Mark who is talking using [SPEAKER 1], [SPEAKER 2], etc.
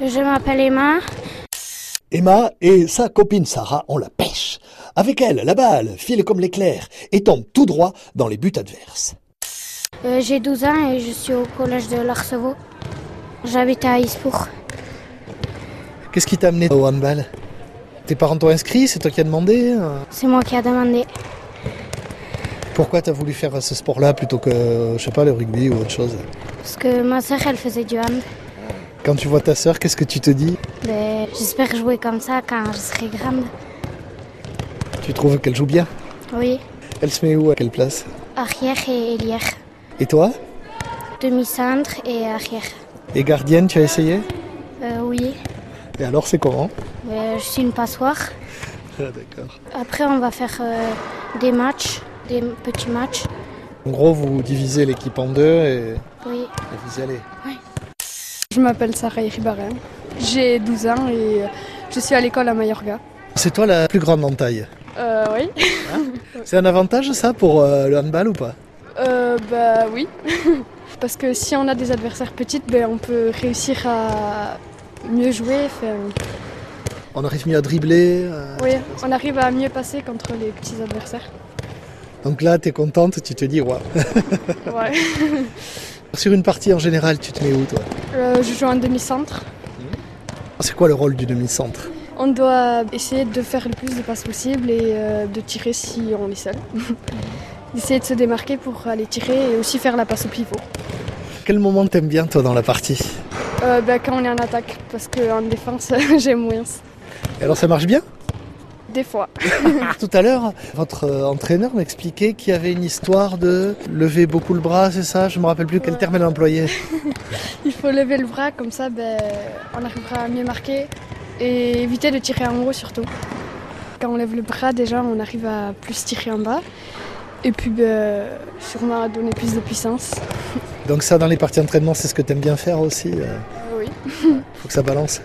[SPEAKER 1] Je m'appelle Emma.
[SPEAKER 2] Emma et sa copine Sarah ont la pêche. Avec elle, la balle file comme l'éclair et tombe tout droit dans les buts adverses.
[SPEAKER 1] Euh, J'ai 12 ans et je suis au collège de l'Arceveau. J'habite à Ispour.
[SPEAKER 2] Qu'est-ce qui t'a amené au handball Tes parents t'ont inscrit, c'est toi qui as demandé euh,
[SPEAKER 1] C'est moi qui a demandé.
[SPEAKER 2] Pourquoi t'as voulu faire ce sport-là plutôt que, je sais pas, le rugby ou autre chose
[SPEAKER 1] Parce que ma sœur, elle faisait du hand.
[SPEAKER 2] Quand tu vois ta sœur, qu'est-ce que tu te dis
[SPEAKER 1] Mais J'espère jouer comme ça quand je serai grande.
[SPEAKER 2] Tu trouves qu'elle joue bien
[SPEAKER 1] Oui,
[SPEAKER 2] Elle se met où À quelle place
[SPEAKER 1] arrière et ailière.
[SPEAKER 2] Et toi
[SPEAKER 1] Demi-centre et arrière.
[SPEAKER 2] Et gardienne, tu as essayé
[SPEAKER 1] Euh, oui,
[SPEAKER 2] Et alors, c'est comment
[SPEAKER 1] Euh, je suis une passoire.
[SPEAKER 2] Ah, D'accord.
[SPEAKER 1] Après, on va faire euh, des matchs, des petits matchs.
[SPEAKER 2] En gros, vous divisez l'équipe en deux et,
[SPEAKER 1] Oui.
[SPEAKER 2] et vous y allez.
[SPEAKER 3] Je m'appelle Sarah Iribarren, j'ai 12 ans et euh, je suis à l'école à Mallorca.
[SPEAKER 2] C'est toi la plus grande en taille.
[SPEAKER 3] Euh, oui.
[SPEAKER 2] C'est un avantage ça pour euh, le handball ou pas
[SPEAKER 3] Euh, bah oui. Parce que si on a des adversaires petites, ben, on peut réussir à mieux jouer. enfin,
[SPEAKER 2] On arrive mieux à dribbler. euh,
[SPEAKER 3] oui, on arrive à mieux passer contre les petits adversaires.
[SPEAKER 2] Donc là, t'es contente, tu te dis, waouh.
[SPEAKER 3] Ouais.
[SPEAKER 2] Sur une partie en général, tu te mets où toi
[SPEAKER 3] Euh, je joue en demi-centre.
[SPEAKER 2] C'est quoi le rôle du demi-centre
[SPEAKER 3] On doit essayer de faire le plus de passes possible et euh, de tirer si on est seul. D'essayer de se démarquer pour aller tirer et aussi faire la passe au pivot.
[SPEAKER 2] Quel moment t'aimes bien toi dans la partie
[SPEAKER 3] Euh, bah, quand on est en attaque, parce qu'en défense, j'aime moins.
[SPEAKER 2] Et Alors ça marche bien
[SPEAKER 3] Des fois.
[SPEAKER 2] Tout à l'heure, votre euh, entraîneur m'expliquait qu'il y avait une histoire de lever beaucoup le bras, c'est ça Je me rappelle plus quel
[SPEAKER 3] Ouais.
[SPEAKER 2] terme elle employait.
[SPEAKER 3] Il faut lever le bras, comme ça, ben, on arrivera à mieux marquer et éviter de tirer en haut surtout. Quand on lève le bras, déjà, on arrive à plus tirer en bas. Et puis, ben, sûrement à donner plus de puissance.
[SPEAKER 2] Donc ça, dans les parties d'entraînement, c'est ce que t'aimes bien faire aussi. euh,
[SPEAKER 3] Oui.
[SPEAKER 2] faut que ça balance.